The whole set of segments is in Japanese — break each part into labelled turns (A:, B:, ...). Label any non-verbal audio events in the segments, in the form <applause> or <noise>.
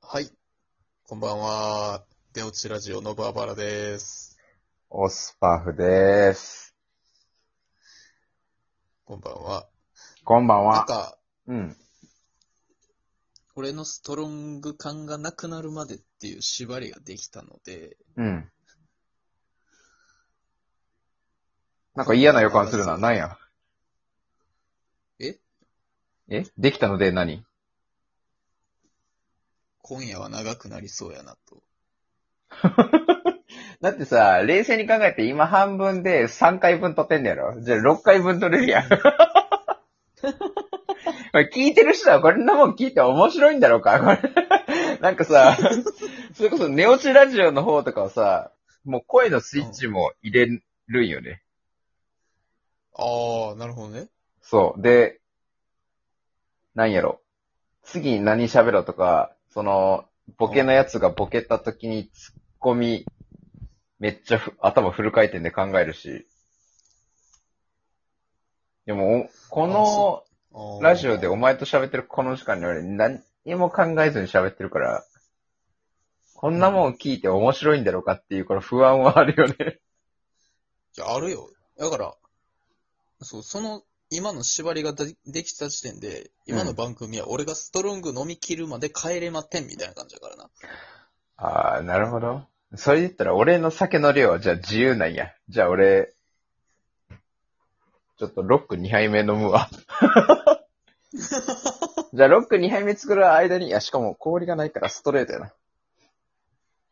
A: はい。こんばんは。出落ちラジオのバーバラです。
B: オスパフです。
A: こんばんは。
B: こんばん
A: なん
B: は。
A: か、
B: うん。
A: 俺のストロング感がなくなるまでっていう縛りができたので、
B: うん。なんか嫌な予感するな。なんや。
A: え
B: えできたので何
A: 今夜は長くなりそうやなと。
B: だってさ、冷静に考えて今半分で3回分撮ってんだやろじゃあ6回分撮れるやん。 <laughs> これ聞いてる人はこれのもん聞いて面白いんだろうか <laughs> これ。なんかさ、それこそ寝落ちラジオの方とかはさ、もう声のスイッチも入れるんよね。
A: ああ、なるほどね。
B: そう。で、なんやろ。次に何喋ろうとか、その、ボケのやつがボケた時に突っ込み、めっちゃふ頭フル回転で考えるし。でも、おこ
A: あ
B: の
A: そあー
B: ラジオでお前と喋ってるこの時間に俺何も考えずに喋ってるから、こんなもん聞いて面白いんだろうかっていうこの不安はあるよね。
A: いや、あるよ。だから、そう、その、今の縛りがでできた時点で、今の番組は俺がストロング飲み切るまで帰れませんみたいな感じだからな。
B: ああ、なるほど。それで言ったら、俺の酒の量はじゃあ自由なんや。じゃあ俺、ちょっとロック2杯目飲むわ。じゃあロック2杯目作る間に、いや、しかも氷がないからストレートやな。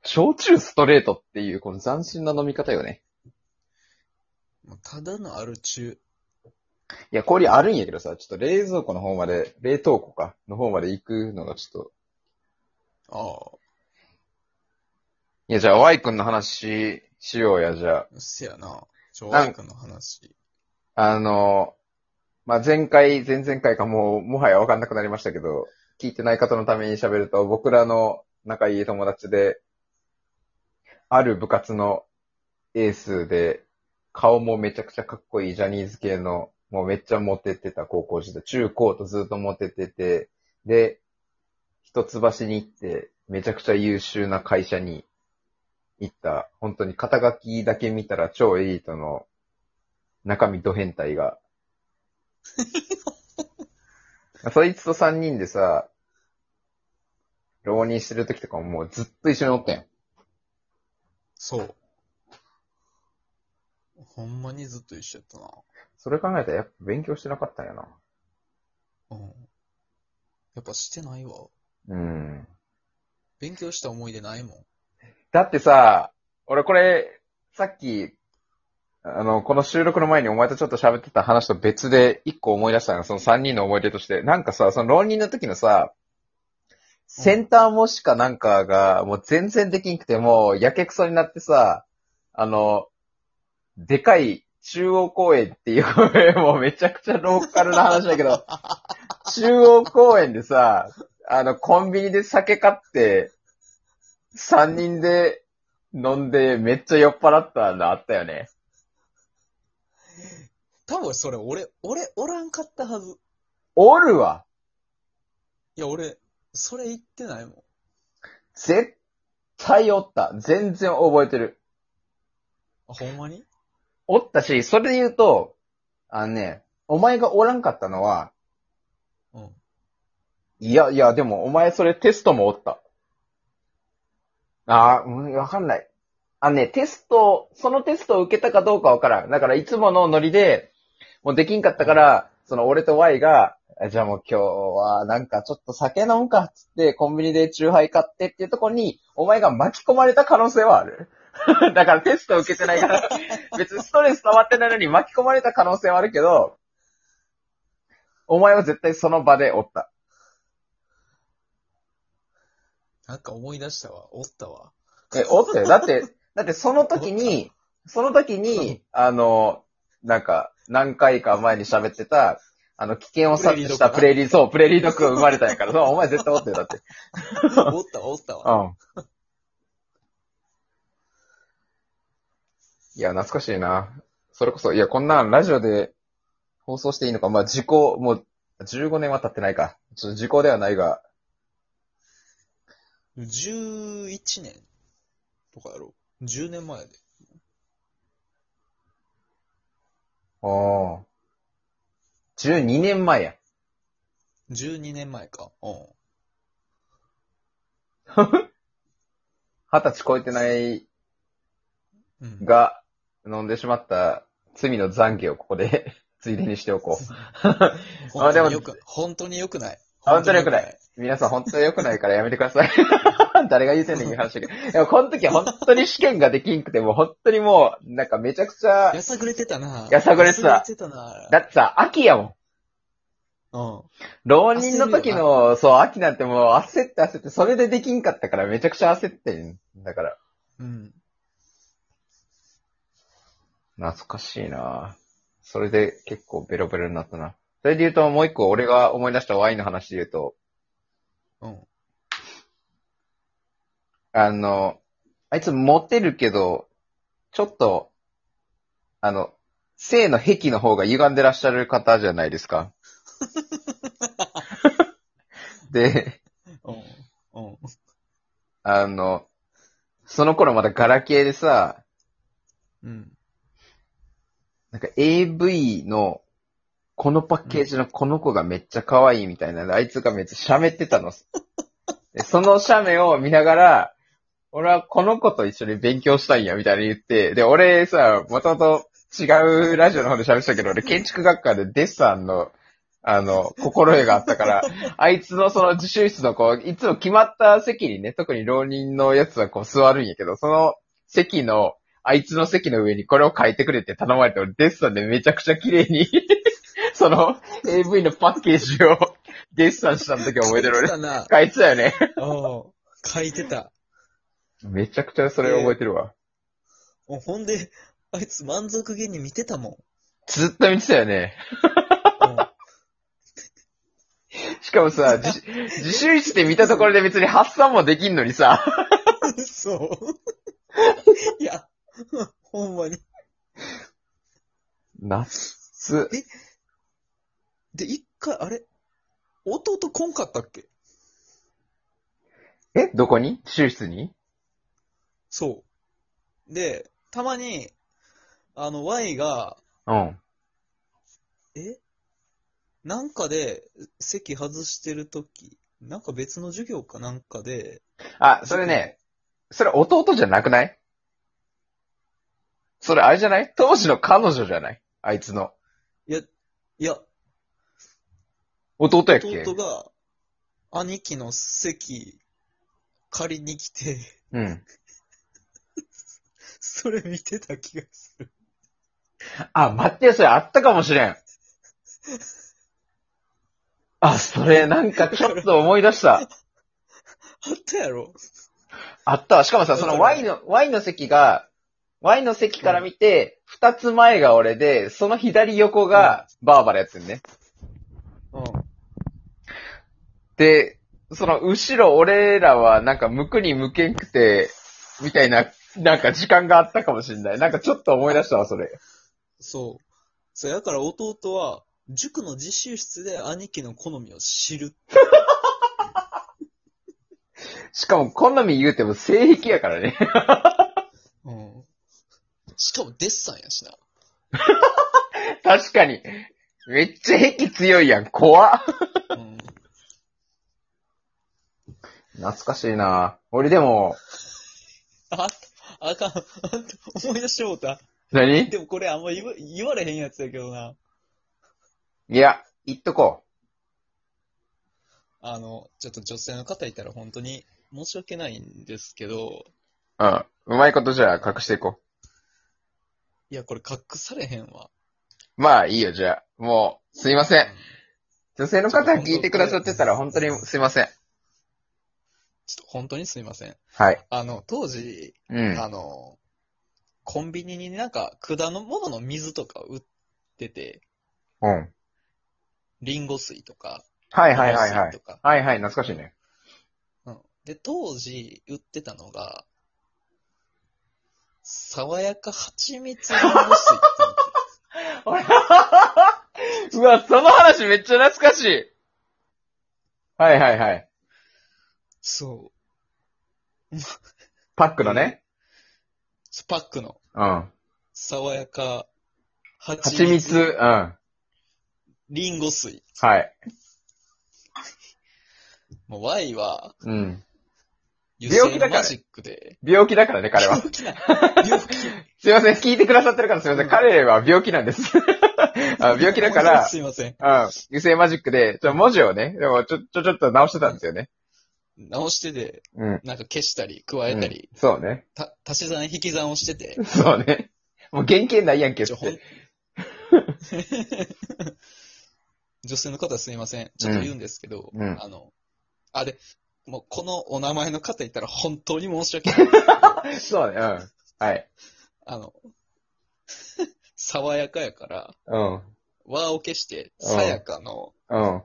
B: 焼酎ストレートっていう、この斬新な飲み方よね。
A: もうただのアル中。
B: いや、氷あるんやけどさ、ちょっと冷蔵庫の方まで、冷凍庫か、の方まで行くのがちょっと。
A: あ
B: いや、じゃあ、ワイ君の話しようや、じゃあ。
A: あ、せやな。ちょ、
B: なん
A: ワイ君の話。
B: あの、まあ、前回、前々回かもう、もはやわかんなくなりましたけど、聞いてない方のために喋ると、僕らの仲いい友達で、ある部活のエースで、顔もめちゃくちゃかっこいいジャニーズ系の、もうめっちゃモテてた高校時代、中高とずっとモテてて、で、一橋に行って、めちゃくちゃ優秀な会社に行った、本当に肩書きだけ見たら超エリートの中身ド変態が。 <laughs> そいつと三人でさ、浪人してる時とかももうずっと一緒におったんよ。
A: そう。ほんまにずっと一緒やったな。
B: それ考えたらやっぱ勉強してなかったんやな。
A: うん。やっぱしてないわ。
B: うん。
A: 勉強した思い出ないもん。
B: だってさ、俺これ、さっき、あの、この収録の前にお前とちょっと喋ってた話と別で一個思い出したの、その三人の思い出として。なんかさ、その浪人の時のさ、センター模試かなんかが、もう全然できんくて、もう、やけくそになってさ、あの、でかい中央公園っていう <laughs> 公園、もうめちゃくちゃローカルな話だけど、中央公園でさ、あの、コンビニで酒買って、三人で飲んで、めっちゃ酔っ払ったのあったよね。
A: 多分それ俺、俺おらんかったはず。
B: おるわ
A: いや、俺、それ言ってないもん。
B: 絶対おった全然覚えてる。
A: あ、ほんまに
B: おったし、それで言うと、あのね、お前がおらんかったのは、
A: うん。
B: いやいや、でもお前それテストもおった。ああ、うん、わかんない。あのね、テスト、そのテストを受けたかどうかわからん。だからいつものノリで、もうできんかったから、その俺と Y が、あじゃあもう今日はなんかちょっと酒飲むかっつって、コンビニでチューハイ買ってっていうとこに、お前が巻き込まれた可能性はある。 <laughs> だからテスト受けてないから、別にストレス溜まってないのに巻き込まれた可能性はあるけど、お前は絶対その場でおった。
A: なんか思い出したわ。おった
B: <laughs>
A: わ。
B: え、おったよ。だって、だってその時に、その時に、あの、なんか、何回か前に喋ってた、あの、危険を察知したプレイリー、そう、プレイリードッグが生まれたんやから、 <laughs> そう、お前絶対おったよ、だって。
A: おったわ、おったわ。
B: うん。いや、懐かしいな。それこそ、いや、こんなんラジオで放送していいのか、まあ、時効、もう、15年は経ってないか。ちょっと時効ではないが、
A: 11年とかやろ。10年前やで。
B: おー。12年前や。
A: 12年前か。うん。
B: 20歳超えてない
A: うん、
B: が飲んでしまった罪の懺悔をここで <laughs> ついでにしておこ
A: 本当
B: でも
A: によく、本当に良くない。
B: 本当に良くないいう。皆さん本当に良くないからやめてください。 <laughs> 誰が言うてんねんいう話だけど。でもこの時は本当に試験ができんくて、もう本当にもう、なんかめちゃくち
A: 本当
B: ゃ
A: に良くない。、やさぐれてたな。
B: やさぐれてた
A: やさぐれてたな。
B: だってさ、秋やもん。
A: うん。
B: 浪人の時の、そう、秋なんてもう焦って焦って、それでできんかったからめちゃくちゃ焦ってん。だから、
A: うん。
B: 懐かしいなそれで結構ベロベロになったな。それで言うともう一個俺が思い出したワインの話で言うと、
A: うん。
B: あの、あいつモテるけど、ちょっと、あの、性の癖の方が歪んでらっしゃる方じゃないですか。で、
A: うん。うん。
B: あの、その頃まだガラケーでさ、
A: うん。
B: なんか AV の、このパッケージのこの子がめっちゃ可愛いみたいな、あいつがめっちゃ写メってたの。でその写メを見ながら、俺はこの子と一緒に勉強したいんや、みたいに言って、で、俺さ、もともと違うラジオの方で喋ってたけど、俺建築学科でデッサンの、あの、心得があったから、あいつのその自習室のこう、いつも決まった席にね、特に浪人のやつはこう座るんやけど、その席の、あいつの席の上にこれを書いてくれって頼まれて、俺デッサンでめちゃくちゃ綺麗に、 <laughs> その AV のパッケージを <laughs> デッサンしたの時覚えてる
A: 書いて <laughs>
B: 俺。
A: たな。
B: 書いてたよね。
A: うん。書いてた。
B: めちゃくちゃそれ覚えてるわ。
A: もうほんで、あいつ満足げに見てたもん。
B: ずっと見てたよね。
A: うん。
B: しかも <laughs> さ、自自習室で見たところで別に発散もできんのにさ、
A: <laughs> そう。いや、ほんまに。
B: 夏、
A: で、一回、あれ弟来んかったっけ
B: えどこに自習室に
A: そう。で、たまに、あの、Y が、
B: うん。
A: えなんかで、席外してるとき、なんか別の授業かなんかで、
B: あ、それね、それ弟じゃなくないそれあれじゃない当時の彼女じゃないあいつの。
A: いや、いや、
B: 弟やっけ
A: 弟が、兄貴の席、借りに来て、 <laughs>
B: うん。
A: それ見てた気がする。
B: あ、待ってよ、それあったかもしれん。あ、それなんかちょっと思い出した。
A: あったやろ
B: あったわ。しかもさ、その Y の、Y の席が、Y の席から見て、二つ前が俺で、その左横がバーバラやってんね。
A: うん。
B: で、その後ろ俺らはなんか向くに向けんくて、みたいな、なんか時間があったかもしんない。なんかちょっと思い出したわ、それ。
A: そう。そう、やから弟は、塾の自習室で兄貴の好みを知る。
B: しかも好み言うても性癖やからね。 <laughs>
A: うん。しかもデッサンやしな。
B: 確かに。めっちゃ癖強いやん。怖っ。
A: うん。
B: 懐かしいな俺でも、
A: あ、あかん。あ思い出してもうた。
B: 何
A: でもこれあんま言わ言われへんやつやけどな。
B: いや、言っとこ
A: あの、ちょっと女性の方いたら本当に申し訳ないんですけど、
B: う。うん。うまいことじゃあ隠していこ
A: いや、これ隠されへんわ。
B: う。まあいいよ、じゃあ。もう、すいません。女性の方聞いてくださってたら本当にすいません。
A: ちょっと本当にすいません。
B: はい。
A: あの、当時、
B: うん。
A: あの、コンビニになんか果物の水とか売ってて、
B: うん。
A: リンゴ水とか、
B: はいはいはいはい
A: と。か。
B: はいはい、懐かしいね。
A: うん。で、当時売ってたのが、爽やか蜂蜜リンゴ水っていうの
B: <laughs> うわ、その話めっちゃ懐かしい。はいはいはい。
A: そう。
B: パックのね。
A: スパックの
B: うん。
A: 爽やか、
B: 蜂蜜、うん。は
A: リンゴ水。
B: い。
A: もう Y は、
B: うん。
A: 油
B: 病気
A: 性
B: だ
A: の
B: から
A: マジックで。
B: 病気だからね、彼 <laughs> は。
A: 病気な病気。
B: すいません、聞いてくださってるからすいません。彼は病気なん <laughs> です。あ病気
A: <laughs>
B: だから、
A: すいません。
B: うん。油性マジックで、ちょ、文字をね、でもちょ、ちょ、ちょっと直してたんですよね。
A: 直してて、
B: うん。
A: なんか消したり、加えたり、
B: うんそうね。 <laughs>
A: た足し算引き算をしてて。
B: そうね。もう原型ないやんけっ
A: ちょほん <laughs>
B: て。
A: 女性の方すいません。ちょっと言うんですけど、
B: うんうん
A: あの、あ、で、もうこのお名前の方いたら本当に申し訳
B: <laughs>
A: ないんですけど。
B: そうね、うん。はい。
A: あの、爽やかやから、
B: うん。
A: 和を消して、
B: うん
A: さやかの
B: うん。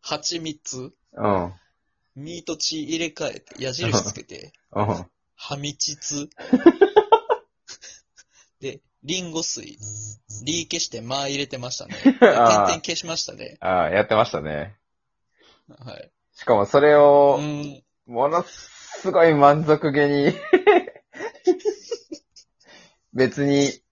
A: 蜂蜜、 <laughs>
B: うん。
A: ミートチ入れ替えて、矢印つけて、
B: うん。
A: はみち
B: <laughs>
A: つ。で、リンゴ水、リー消して、まあ入れてましたね。点々
B: あ
A: 消しましたね。
B: あ、ああやってましたね。
A: はい。
B: しかもそれ
A: う
B: を、
A: ん、
B: ものすごい満足げに、別に、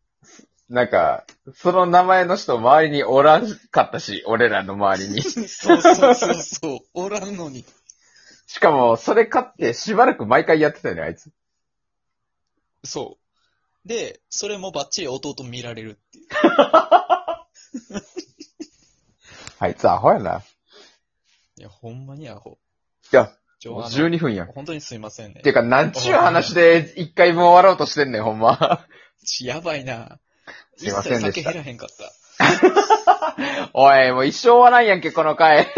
B: なんか、その名前の人周りにおらんかったし、俺らの
A: <laughs>
B: 周りに。
A: そうそうそうそう、おらんのに。
B: しかも、それ勝ってしばらく毎回やってたよね、あいつ。
A: そう。で、それもバッチリ弟見られるっていう。
B: あいつアホやな。
A: いや、ほんまにアホ。
B: いや、
A: ちょあの
B: 12分やん。
A: 本当にすいませんね。
B: てか、なんちゅう話で一回も終わろうとしてんねん、ほんま。 <laughs>
A: ちやばいな。
B: すいませんでした
A: 一切酒減らへんかった。
B: おい、もう一生終わらんやんけ、この回。